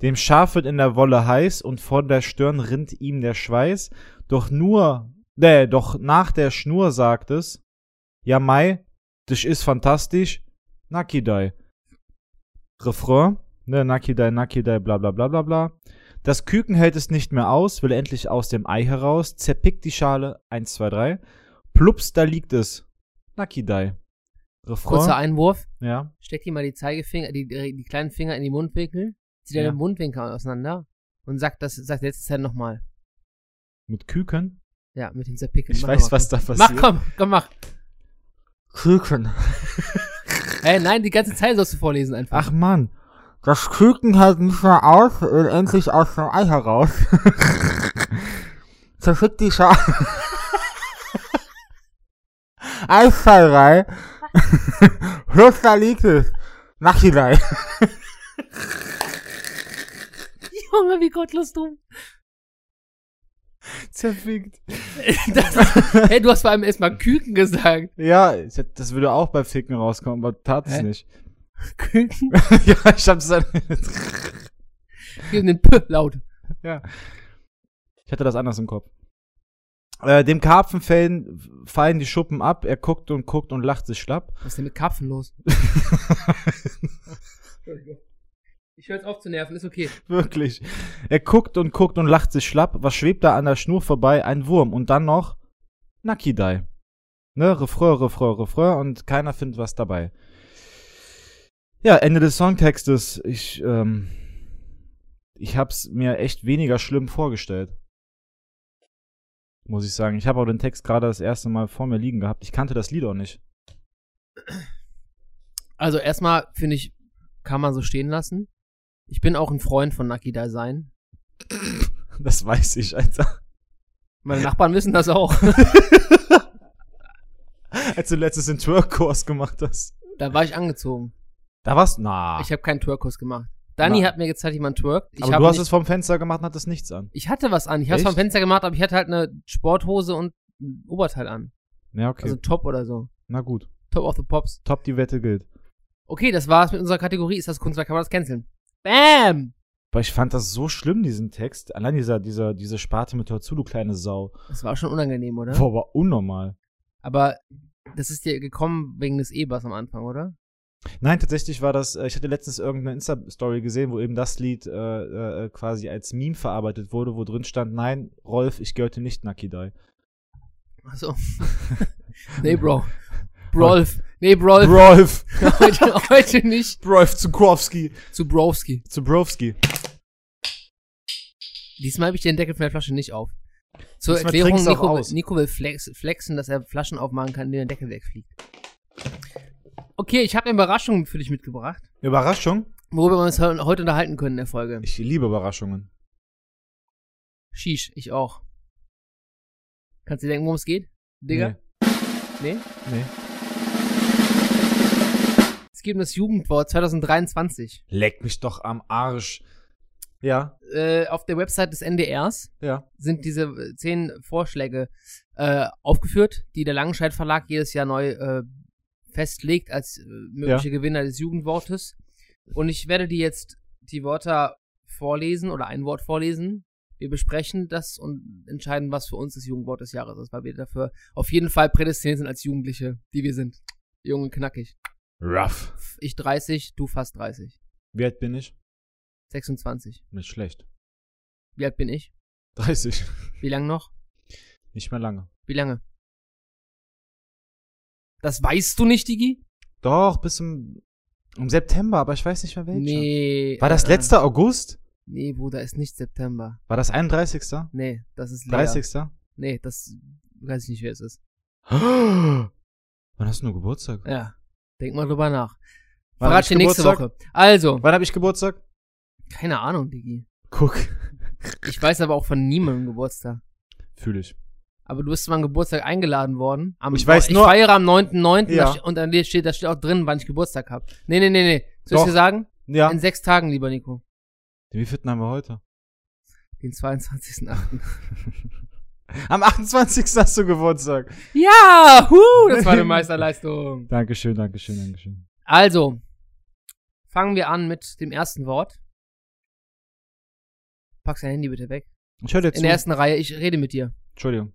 Dem Schaf wird in der Wolle heiß und von der Stirn rinnt ihm der Schweiß. Doch nur, nee, doch nach der Schnur sagt es, ja Mai, das ist fantastisch, Nakidai. Refrain, ne, Nakidai, Nakidai, bla bla bla bla bla. Das Küken hält es nicht mehr aus, will endlich aus dem Ei heraus, zerpickt die Schale, 1, 2, 3. Plups, da liegt es. Nakidai. Refrain. Kurzer Einwurf. ja. Steck dir mal die Zeigefinger, die, die kleinen Finger in die Mundwinkel, zieh deine Ja. Mundwinkel auseinander und sag das, sag letztes Teil nochmal. Mit Küken? Ja, mit den Zerpickeln. Ich Mach weiß, nochmal, was da komm. passiert. Mach, komm, komm, mach. Küken. Ey, nein, die ganze Zeile sollst du vorlesen einfach. Ach Mann. Das Küken hält nicht mehr aus, will endlich aus dem Ei heraus. [laughs] Zerpickt die [laughs] Schale. 1, [laughs] 2, 3. Plus, da liegt es. [laughs] Nakidai. Junge, wie gottlos du. Zerfickt. [laughs] Das, hey, du hast vor allem erstmal Küken gesagt. Ja, ich hätt- das würde auch bei Ficken rauskommen, aber tat es Hä? nicht. [laughs] Küken? ja, ich hab's dann, Gib den P laut. Ich hatte das anders im Kopf. Äh, dem Karpfen fallen, fallen die Schuppen ab, er guckt und guckt und lacht sich schlapp. Was ist denn mit Karpfen los? Entschuldigung. Ich höre jetzt auf zu nerven, ist okay. [laughs] Wirklich. Er guckt und guckt und lacht sich schlapp. Was schwebt da an der Schnur vorbei? Ein Wurm. Und dann noch Nakidai. Ne? Refrain, Refrain, Refrain. Und keiner findet was dabei. Ja, Ende des Songtextes. Ich, ähm, ich hab's mir echt weniger schlimm vorgestellt. Muss ich sagen. Ich habe auch den Text gerade das erste Mal vor mir liegen gehabt. Ich kannte das Lied auch nicht. [laughs] Also erstmal finde ich, kann man so stehen lassen. Ich bin auch ein Freund von Nakida sein. Das weiß ich, Alter. Meine Nachbarn wissen das [laughs] auch. Als du letztes den Twerk-Kurs gemacht hast. Da war ich angezogen. Da warst Na. Ich habe keinen Twerkkurs gemacht. Dani Ah. Na. hat mir gezeigt, wie man twerkt. Ich aber hab du hast nicht- es vom Fenster gemacht und hattest nichts an. Ich hatte was an. Ich habe Echt? vom Fenster gemacht, aber ich hatte halt eine Sporthose und ein Oberteil an. Ja, okay. Also ein Top oder so. Na gut. Top of the Pops. Top, die Wette gilt. Okay, das war's mit unserer Kategorie. Ist das Kunstwerk? Kann man das canceln? Bam! Aber ich fand das so schlimm, diesen Text. Allein dieser, dieser, diese Sparte mit Hör zu, du kleine Sau. Das war schon unangenehm, oder? Boah, war unnormal. Aber das ist dir gekommen wegen des E-Bass am Anfang, oder? Nein, tatsächlich war das, äh, ich hatte letztens irgendeine Insta-Story gesehen, wo eben das Lied äh, äh, quasi als Meme verarbeitet wurde, wo drin stand, nein, Rolf, ich gehörte nicht Nakidai. [laughs] Achso. nee, Bro. Brolf. Nee, Brolf. Rolf! heute, [laughs] heute nicht. Rolf zu Krowski. Zu Browski. Zu Browski. Diesmal habe ich den Deckel von der Flasche nicht auf. Zur Diesmal Erklärung, trinkst du auch Nico, aus. Nico will flex, flexen, dass er Flaschen aufmachen kann, in denen der Deckel wegfliegt. Okay, ich habe eine Überraschung für dich mitgebracht, Überraschung? worüber wir uns he- heute unterhalten können in der Folge. Ich liebe Überraschungen. Sheesh, ich auch. Kannst du dir denken, worum es geht? Digga? Nee. Nee. nee. Es geht um das Jugendwort 2023. Leck mich doch am Arsch. Ja, Äh, auf der Website des NDRs ja. sind diese äh, zehn Vorschläge äh, aufgeführt, die der Langenscheidt Verlag jedes Jahr neu äh, festlegt als äh, mögliche Gewinner des Jugendwortes. Und ich werde dir jetzt die Wörter vorlesen oder ein Wort vorlesen. Wir besprechen das und entscheiden, was für uns das Jugendwort des Jahres ist, weil wir dafür auf jeden Fall prädestiniert sind als Jugendliche, die wir sind. Jung und knackig. Rough. Ich 30, du fast 30. Wie alt bin ich? 26. Nicht schlecht. [laughs] Wie alt bin ich? 30. Wie lang noch? Nicht mehr lange. Wie lange? Das weißt du nicht, Digi? Doch, bis im, im September, aber ich weiß nicht mehr welcher. Nee. War das äh, letzter August? Nee, Bruder, ist nicht September. War das 31.? Nee, das ist Lea. 30. Nee, das weiß ich nicht, wer es ist. Wann hast du nur Geburtstag? Ja. Denk mal drüber nach. Wann hab ich Verrat dir nächste Geburtstag? Woche. Also, Wann habe ich Geburtstag? keine Ahnung, Digi. Guck. [laughs] Ich weiß aber auch von niemandem Geburtstag. Fühle ich. Aber du bist zu meinem Geburtstag eingeladen worden. Am, Ich weiß ich nur- feiere am 9.9. Ja. da ste- und dann steht, da steht auch drin, wann ich Geburtstag habe. Nee, nee, nee, nee. Soll Doch. ich dir sagen? Ja. In sechs Tagen, lieber Nico. Wie vierten haben wir heute? Den 22.8. Am 28. hast du Geburtstag. Ja, hu, das war eine Meisterleistung. Dankeschön, Dankeschön, Dankeschön. Also, fangen wir an mit dem ersten Wort. Pack dein Handy bitte weg. Ich höre dir In zu. der ersten Reihe, ich rede mit dir. Entschuldigung.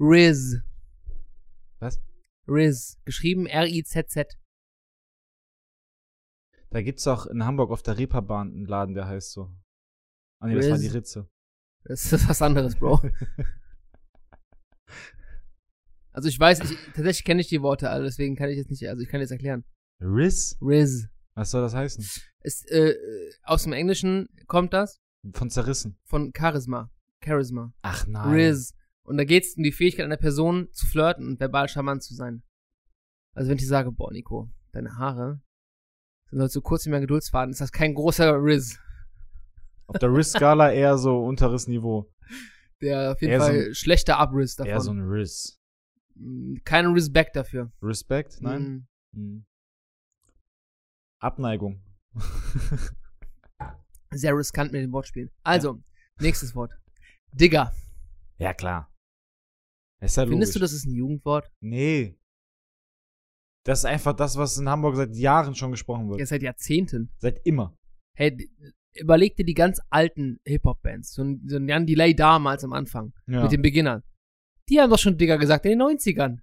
Riz. Was? Riz. Geschrieben R-I-Z-Z. Da gibt's auch in Hamburg auf der Reeperbahn einen Laden, der heißt so. Ah nee, das Riz. war die Ritze. Das ist was anderes, Bro. Also ich weiß, ich, tatsächlich kenne ich die Worte alle, deswegen kann ich jetzt nicht, also ich kann jetzt erklären. Riz? Riz. Was soll das heißen? Ist, äh, aus dem Englischen kommt das Von zerrissen. von Charisma. Charisma. Ach nein. Riz. Und da geht es um die Fähigkeit einer Person zu flirten und verbal charmant zu sein. Also wenn ich dir sage, boah, Nico, deine Haare sind heute so kurz wie mein Geduldsfaden, ist das kein großer Riz, Auf der Riz-Skala eher so unteres Niveau. der auf jeden Eher so Fall schlechter Abriss Eher so davon. ein Riz. Mm, Kein Respect dafür. Respekt? Nein. Mm. Mhm. Abneigung. Mm, Sehr riskant mit dem Wortspielen. Also, nächstes Wort. Digger. Ja, klar. Ist ja Findest du, logisch. das ist ein Jugendwort? Nee. Das ist einfach das, was in Hamburg seit Jahren schon gesprochen wird. Ja, seit Jahrzehnten. Seit immer. Hey, d- überleg dir die ganz alten Hip-Hop-Bands. So ein, so ein Jan Delay damals am Anfang. Ja. Mit den Beginnern. Die haben doch schon Digger gesagt in den 90ern.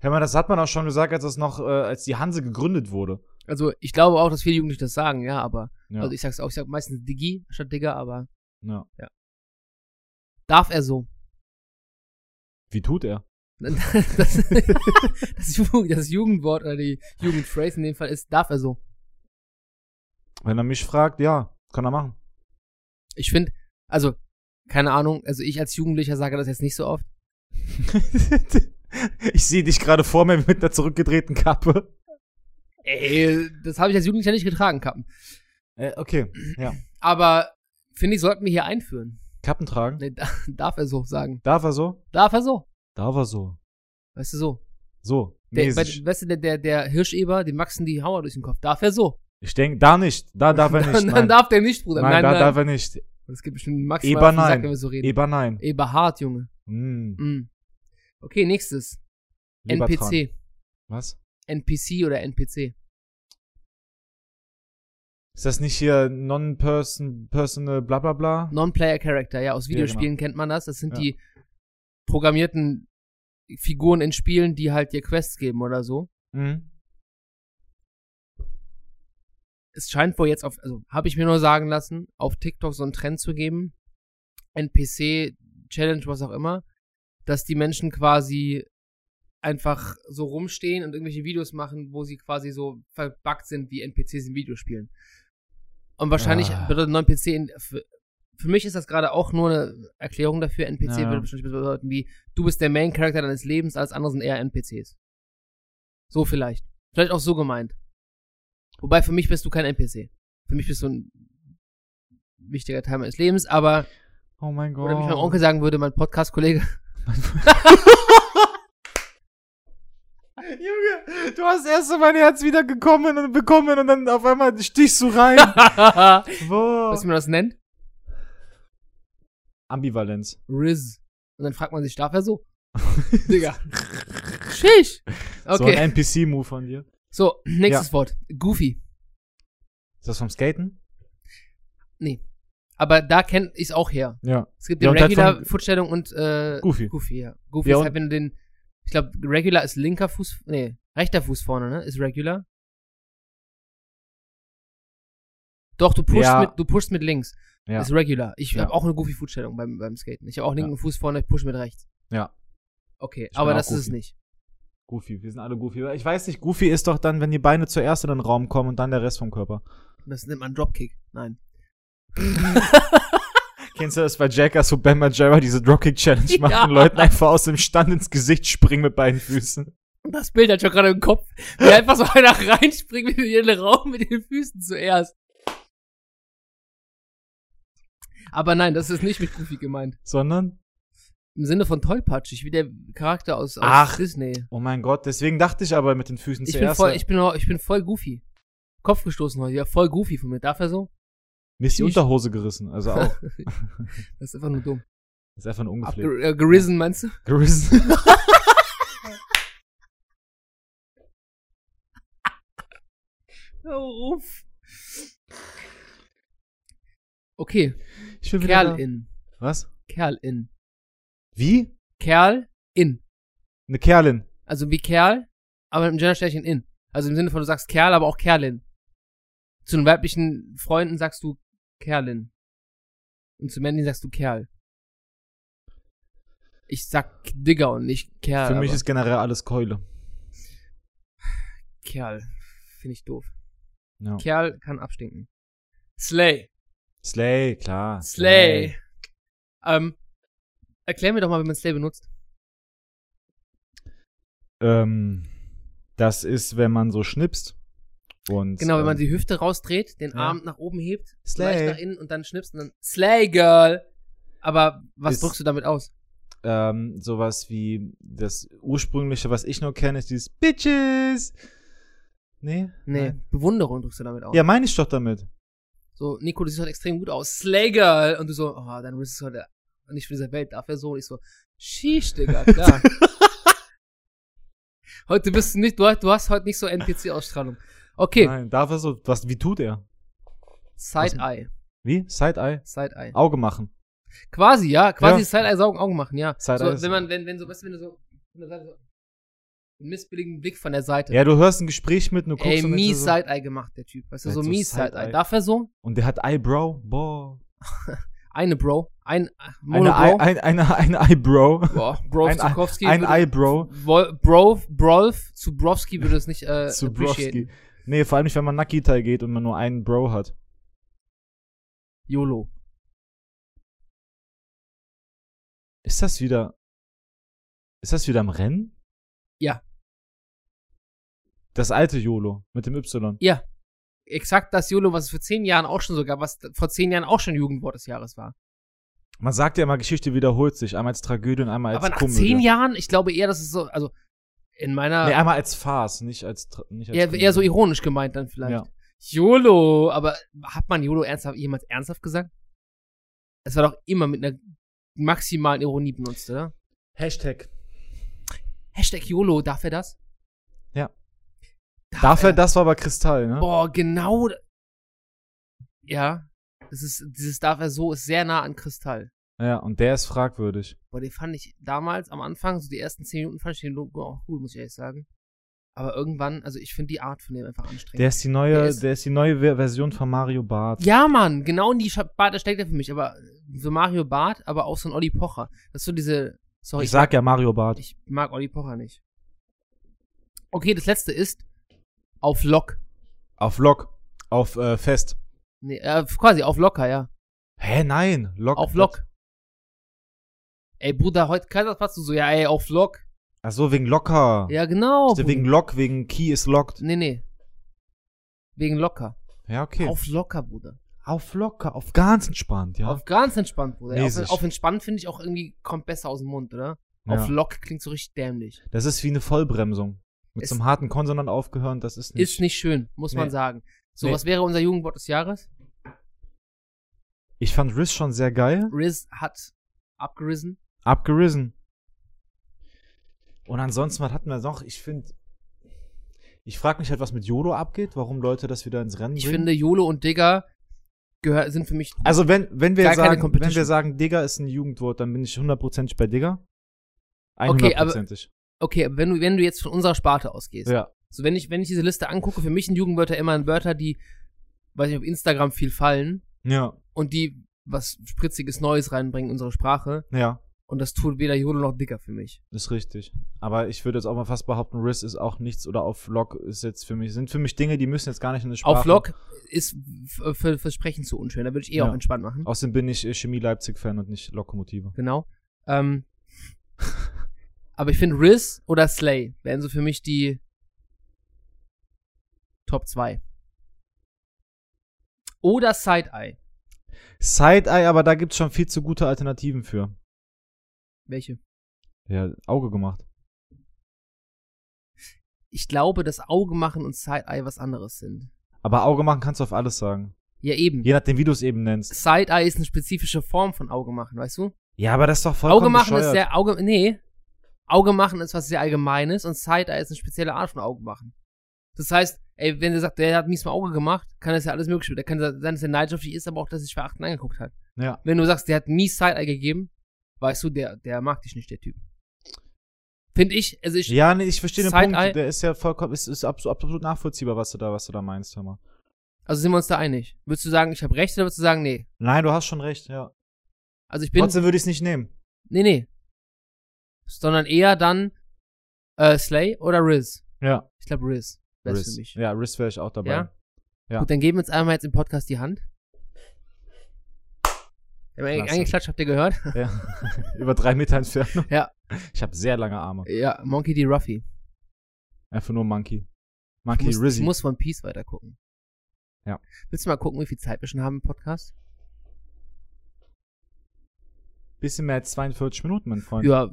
Hör mal, das hat man auch schon gesagt, als das noch, äh, als die Hanse gegründet wurde. Also ich glaube auch, dass viele Jugendliche das sagen, ja, aber Ja. also ich sag's auch, ich sag meistens Diggi statt Digger, aber ja. darf er so? [laughs] Wie tut er? Das, das, Ju- das Jugendwort oder die Jugendphrase in dem Fall ist, darf er so. Wenn er mich fragt, ja, kann er machen. [laughs] Ich finde, also, keine Ahnung, also ich als Jugendlicher sage das jetzt nicht so oft. ich sehe dich gerade vor mir mit einer zurückgedrehten Kappe. Ey, das habe ich als Jugendlicher nicht getragen, Kappen. Äh, okay, ja. Aber finde ich, sollten wir hier einführen. [laughs] Kappen tragen. Nee, da, darf er so sagen. Darf er so? Darf er so? Darf er so. Weißt du so? So. Der, bei, mäßig. weißt du, der, der, der Hirscheber, dem wachsen die Hauer durch den Kopf. Darf er so? ich denke, da nicht. Da darf er [laughs] nicht. Dann, dann Nein, darf der nicht, Bruder. nein, da darf er nicht. Es gibt bestimmt maximal Eber auf den Sack, nein. wenn wir so reden. Eber nein. Eberhard, Junge. Hm, Mm. Okay, nächstes. lieber tragen. NPC. Was? NPC oder NPC. Ist das nicht hier Non-Person, Personal, bla bla bla? Non-Player Character, ja, aus Ja, genau. Videospielen kennt man das. Das sind Ja. die programmierten Figuren in Spielen, die halt dir Quests geben oder so. Mhm. Es scheint wohl jetzt auf, also habe ich mir nur sagen lassen, auf TikTok so einen Trend zu geben. NPC, Challenge, was auch immer, dass die Menschen quasi einfach so rumstehen und irgendwelche Videos machen, wo sie quasi so verbuggt sind wie NPCs in Videospielen. Und wahrscheinlich Ah. bedeutet 9 PC, in, für, für mich ist das gerade auch nur eine Erklärung dafür. NPC Ja. würde wahrscheinlich bedeuten wie, du bist der Main-Charakter deines Lebens, alles andere sind eher NPCs. So vielleicht. Vielleicht auch so gemeint. Wobei für mich bist du kein NPC. Für mich bist du ein wichtiger Teil meines Lebens, aber Oh mein Gott. oder wie ich meinem Onkel sagen würde, mein Podcast-Kollege. [laughs] Junge, du hast erst so mein Herz wieder gekommen und bekommen und dann auf einmal stichst du rein. [laughs] Weißt Wow. du, wie man das nennt? Ambivalenz. Riz. Und dann fragt man sich, darf er [laughs] so? Digga. Schisch. So ein Okay. NPC-Move von dir. So, nächstes Wort. Goofy. Ist das vom Skaten? Aber da kennt ich es auch her. Ja. Es gibt Ja, den und halt Regular von- Fußstellung und äh, Goofy. Goofy, ja. Goofy Ja, ist und- halt, wenn du den. Ich glaube, Regular ist linker Fuß. Nee, rechter Fuß vorne, ne? Ist Regular. Doch, du pushst, Ja. mit, du pushst mit links. Ja. Ist regular. Ich Ja. habe auch eine goofy Fußstellung beim, beim Skaten. Ich habe auch linken Fuß vorne, ich push mit rechts. Ja. Okay, Ich bin aber auch das ist es goofy. nicht. Goofy. Wir sind alle Goofy. Ich weiß nicht, Goofy ist doch dann, wenn die Beine zuerst in den Raum kommen und dann der Rest vom Körper. Das nennt man Dropkick. Nein. Kennst du das bei Jackass, wo Ben Majera [laughs] diese Dropkick-Challenge macht Ja. und Leuten einfach aus dem Stand ins Gesicht springen mit beiden Füßen? Das Bild hat schon gerade im Kopf, wie einfach so einer [laughs] reinspringt in den Raum mit den Füßen zuerst. Aber nein, das ist nicht mit Goofy gemeint. Sondern, Im Sinne von tollpatschig, wie der Charakter aus, aus Ach, Disney. oh mein Gott, deswegen dachte ich aber mit den Füßen Ich bin, zuerst. voll, ich, bin, ich bin voll Goofy. Kopf gestoßen heute, ja, voll Goofy von mir. Darf er so? Mir ist die Ich- Unterhose gerissen, [laughs] also auch. Das ist einfach nur dumm. Ist einfach nur ungepflegt. Abger äh, gerissen, meinst du? Gerissen. [laughs] Oh, Ruf. Okay, Ich bin wieder Kerl da. in. Was? Kerl in. Wie? Kerl in. Eine Kerlin. Also wie Kerl, aber mit dem Gendersternchen in. Also im Sinne von, du sagst Kerl, aber auch Kerlin. Zu den weiblichen Freunden sagst du Kerlin. Und zu Männchen sagst du Kerl. Ich sag Digger und nicht Kerl. Für mich aber ist generell alles Keule. Kerl. Finde ich doof. Ja. Kerl kann abstinken. Slay. Slay, klar. Slay. Ähm, erklär mir doch mal, wie man Slay benutzt. Ähm, das ist, wenn man so schnipst. Und, Genau, wenn man ähm, die Hüfte rausdreht, den ja. Arm nach oben hebt, Slay. leicht nach innen und dann schnippst und dann Slay Girl. Aber was Ist- drückst du damit aus? ähm, sowas wie das ursprüngliche, was ich nur kenne, ist dieses Bitches. Nee? Nee, Nein? Bewunderung drückst du damit aus. Ja, meine ich doch damit. So, Nico, du siehst heute extrem gut aus. Slay Girl. Und du so, oh, dein Riss ist heute nicht für diese Welt, dafür so. Und ich so, sheesh, Digga, [laughs] klar. heute bist du nicht, du hast, du hast heute nicht so NPC-Ausstrahlung. Okay, Nein, darf er so. Was, wie tut er? Side-Eye. Wie? Side-Eye? Side-Eye. Auge machen. Quasi, ja. Quasi Ja. Side-Eye saugen Augen machen, ja. Side-Eye so, ist- wenn man, wenn, wenn so, weißt du, wenn du so, von der Seite so einen missbilligen Blick von der Seite. Ja, du hörst ein Gespräch mit, du guckst Ey, und denkst dir mies so, Side-Eye gemacht, der Typ. Weißt du, Der so hat so mies Side-Eye. Side-Eye. Darf er so? Und der hat Eyebrow. Boah. Eine Bro. Ein Mono Eine, Eye, Bro. ein, eine, eine Eyebrow. Boah, Bro ein Ei- Zukowski. Ein würde- Eyebrow Wo- Bro, Brolf zu Browski würde es nicht [laughs] äh, zu appreciaten. Broski. Nee, vor allem nicht, wenn man Nakita geht und man nur einen Bro hat. YOLO. Ist das wieder. Ist das wieder im Rennen? Ja. Das alte YOLO mit dem Y. Exakt das YOLO, was es vor zehn Jahren auch schon so gab, was vor zehn Jahren auch schon Jugendwort des Jahres war. Man sagt ja immer, Geschichte wiederholt sich. Einmal als Tragödie und einmal als Aber nach Komödie. zehn Jahren, ich glaube eher, dass es so, also in meiner, Nee, einmal als Farce, nicht als. Tra nicht als eher, Komödie. eher so ironisch gemeint dann vielleicht. Ja. YOLO, aber hat man YOLO ernsthaft, jemals ernsthaft gesagt? Es war doch immer mit einer maximalen Ironie benutzt, oder? Hashtag. Hashtag YOLO, darf er das? Ja. Darf er, das war aber Kristall, ne? Boah, genau. da- Ja, das ist, dieses darf er so ist sehr nah an Kristall. Ja, und der ist fragwürdig. Boah, den fand ich damals am Anfang, so die ersten zehn Minuten fand ich den Logo auch cool, muss ich ehrlich sagen. Aber irgendwann, also ich finde die Art von dem einfach anstrengend. Der ist die neue, Der der ist- ist, die neue Ver- Version von Mario Barth. ja, Mann, genau in die Scha- Bart, da steckt er für mich. Aber äh, so Mario Barth, aber auch so ein Olli Pocher. Das ist so diese. Sorry, ich sag ja Mario Barth. ich mag Olli Pocher nicht. Okay, das letzte ist auf Lock. Auf Lock. Auf äh, Fest. Nee, äh, quasi auf Locker, ja. Hä, nein. Lock. Auf Lock. Ey, Bruder, heute Kaisersplatz, du so, ja, ey, auf Lock. Ach so, wegen Locker. Ja, genau. Ist ja wegen Bruder. Lock, wegen Key ist locked. Nee, nee. Wegen locker. Ja, okay. Auf locker, Bruder. Auf Locker, auf ganz entspannt, ja. Auf ganz entspannt, Bruder. Auf, Mäßig. auf entspannt finde ich auch irgendwie, kommt besser aus dem Mund, oder? ja. Auf Lock klingt so richtig dämlich. das ist wie eine Vollbremsung. Mit Ist- so einem harten Konsonant aufgehört, das ist nicht. Ist nicht schön, muss man Nee. sagen. So, Nee. was wäre unser Jugendwort des Jahres? Ich fand Riz schon sehr geil. Riz hat abgerissen. Abgerissen. Und ansonsten, was hatten wir noch? Ich finde. Ich frage mich halt, was mit YOLO abgeht, warum Leute das wieder ins Rennen Ich bringen. finde, Jolo und Digger gehör, sind für mich. Also wenn, wenn wir Gar keine sagen, wenn Competition. wir sagen, Digger ist ein Jugendwort, dann bin ich hundertprozentig bei Digger. Okay, aber- Hundertprozentig. Okay, aber wenn du, wenn du jetzt von unserer Sparte ausgehst. ja. So, wenn ich, wenn ich diese Liste angucke, für mich sind Jugendwörter immer Wörter, die, weiß ich, auf Instagram viel fallen Ja, und die was Spritziges Neues reinbringen in unsere Sprache. ja, Und das tut weder Jodel noch Dicker für mich. ist richtig. Aber ich würde jetzt auch mal fast behaupten, Riz ist auch nichts oder auf Lock ist jetzt für mich, sind für mich Dinge, die müssen jetzt gar nicht in eine Sprache. Auf Lock ist f- für, fürs Sprechen zu unschön. Da würde ich eh Ja. auch entspannt machen. Außerdem bin ich äh, Chemie Leipzig-Fan und nicht Lokomotive. Genau. Ähm, aber ich finde Riz oder Slay wären so für mich die Top 2. Oder Side-Eye. Side-Eye, aber da gibt's schon viel zu gute Alternativen für. Welche? Ja, Auge gemacht. Ich glaube, dass Auge machen und Side-Eye was anderes sind. Aber Auge machen kannst du auf alles sagen. Ja, eben. Je nachdem, wie du es eben nennst. Side-Eye ist eine spezifische Form von Auge machen, weißt du? Ja, aber das ist doch vollkommen Auge machen bescheuert. ist sehr, Auge, nee. Auge machen ist was sehr Allgemeines und Side-Eye ist eine spezielle Art von Auge machen. Das heißt, ey, wenn der sagt, der hat mies mal Auge gemacht, kann das ja alles mögliche, da kann sein, dass er neidisch auf dich ist, aber auch, dass er sich verachten angeguckt hat. Ja. Wenn du sagst, der hat mies Side-Eye gegeben, weißt du, der, der mag dich nicht, der Typ. Finde ich, also ich, Ja, nee, ich verstehe den Side-Eye- Punkt. Der ist ja vollkommen, ist, ist abso- absolut nachvollziehbar, was du da, was du da meinst, hör mal. also sind wir uns da einig. Würdest du sagen, ich habe recht oder würdest du sagen, nee? Nein, du hast schon recht, ja. Also ich bin, Trotzdem würde ich es nicht nehmen. nee, nee. Sondern eher dann, äh, Slay oder Riz. Ja. Ich glaube, Riz. Das ist Riss. für mich. Ja, Riss wäre ich auch dabei. Ja? Ja. Gut, dann geben wir uns einmal jetzt im Podcast die Hand. Wir haben Klasse. eingeklatscht, habt ihr gehört? Ja. [laughs] Über drei Meter Entfernung. Ja. Ich habe sehr lange Arme. Ja, [laughs] Monkey D. Ruffy. Einfach nur Monkey. Ich Monkey muss, ich Rizzy. muss One Piece weiter gucken. Ja. Willst du mal gucken, wie viel Zeit wir schon haben im Podcast? Bisschen mehr als 42 Minuten, mein Freund. Ja,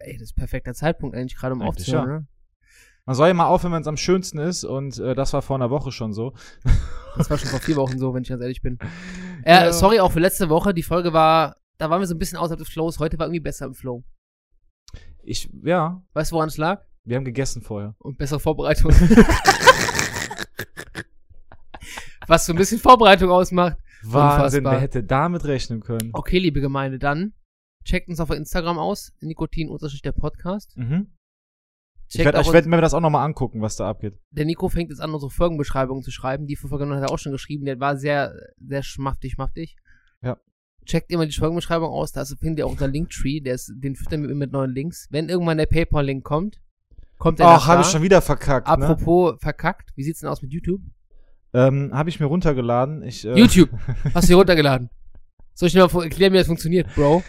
ey, das ist perfekter Zeitpunkt eigentlich gerade, um Eigentlich aufzuhören, ne? Man soll ja mal aufhören, wenn es am schönsten ist. Und äh, das war vor einer Woche schon so. Das war schon vor vier Wochen so, wenn ich ganz ehrlich [laughs] bin. Äh, Ja. Sorry auch für letzte Woche. Die Folge war, da waren wir so ein bisschen außerhalb des Flows. Heute war irgendwie besser im Flow. Ich, ja, Weißt du, woran es lag? wir haben gegessen vorher. Und bessere [laughs] Vorbereitung. Was so ein bisschen Vorbereitung ausmacht. Wahnsinn, Unfassbar. wer hätte damit rechnen können? Okay, liebe Gemeinde, dann checkt uns auf Instagram aus, Nikotin der Podcast. Mhm. Ich Checkt werde auch ich werd mir das auch nochmal angucken, was da abgeht. der Nico fängt jetzt an, unsere Folgenbeschreibungen zu schreiben. Die vor Folge hat er auch schon geschrieben, der war sehr, sehr schmaftig, schmaftig. Ja. Checkt immer die Folgenbeschreibung aus, da ist- findet ihr auch unseren Linktree, der ist, den füttern wir immer mit neuen Links. Wenn irgendwann der Paypal-Link kommt, kommt er Ach, habe ich schon wieder verkackt. Ne? Apropos verkackt, wie sieht's denn aus mit YouTube? Ähm, habe ich mir runtergeladen. Ich, äh, [laughs] YouTube, hast du hier runtergeladen? Soll ich dir mal vor- erklären, wie das funktioniert, Bro?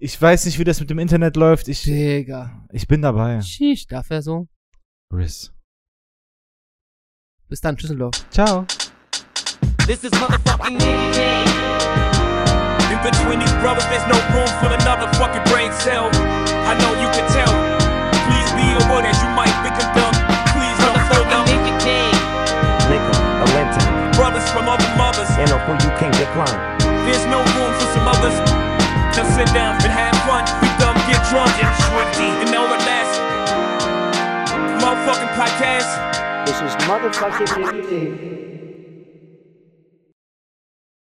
ich weiß nicht, wie das mit dem Internet läuft. Ich, Digga. ich bin dabei. Sheesh, darf er so? Riss. Bis dann, Düsseldorf. Ciao. This is motherfucking mayday. In between these brothers, there's no room for another fucking brain cell. I know you can tell. Please be aware that you might be condemned. Please don't slow Motherfucking down. make your day. Nigga, a lenten, Brothers from other mothers. and a who you can't decline. There's no room for some others. Now sit down and have fun. We dumb, get drunk, and swifty. And all the last motherfucking podcast. This is motherfucking Navy Day.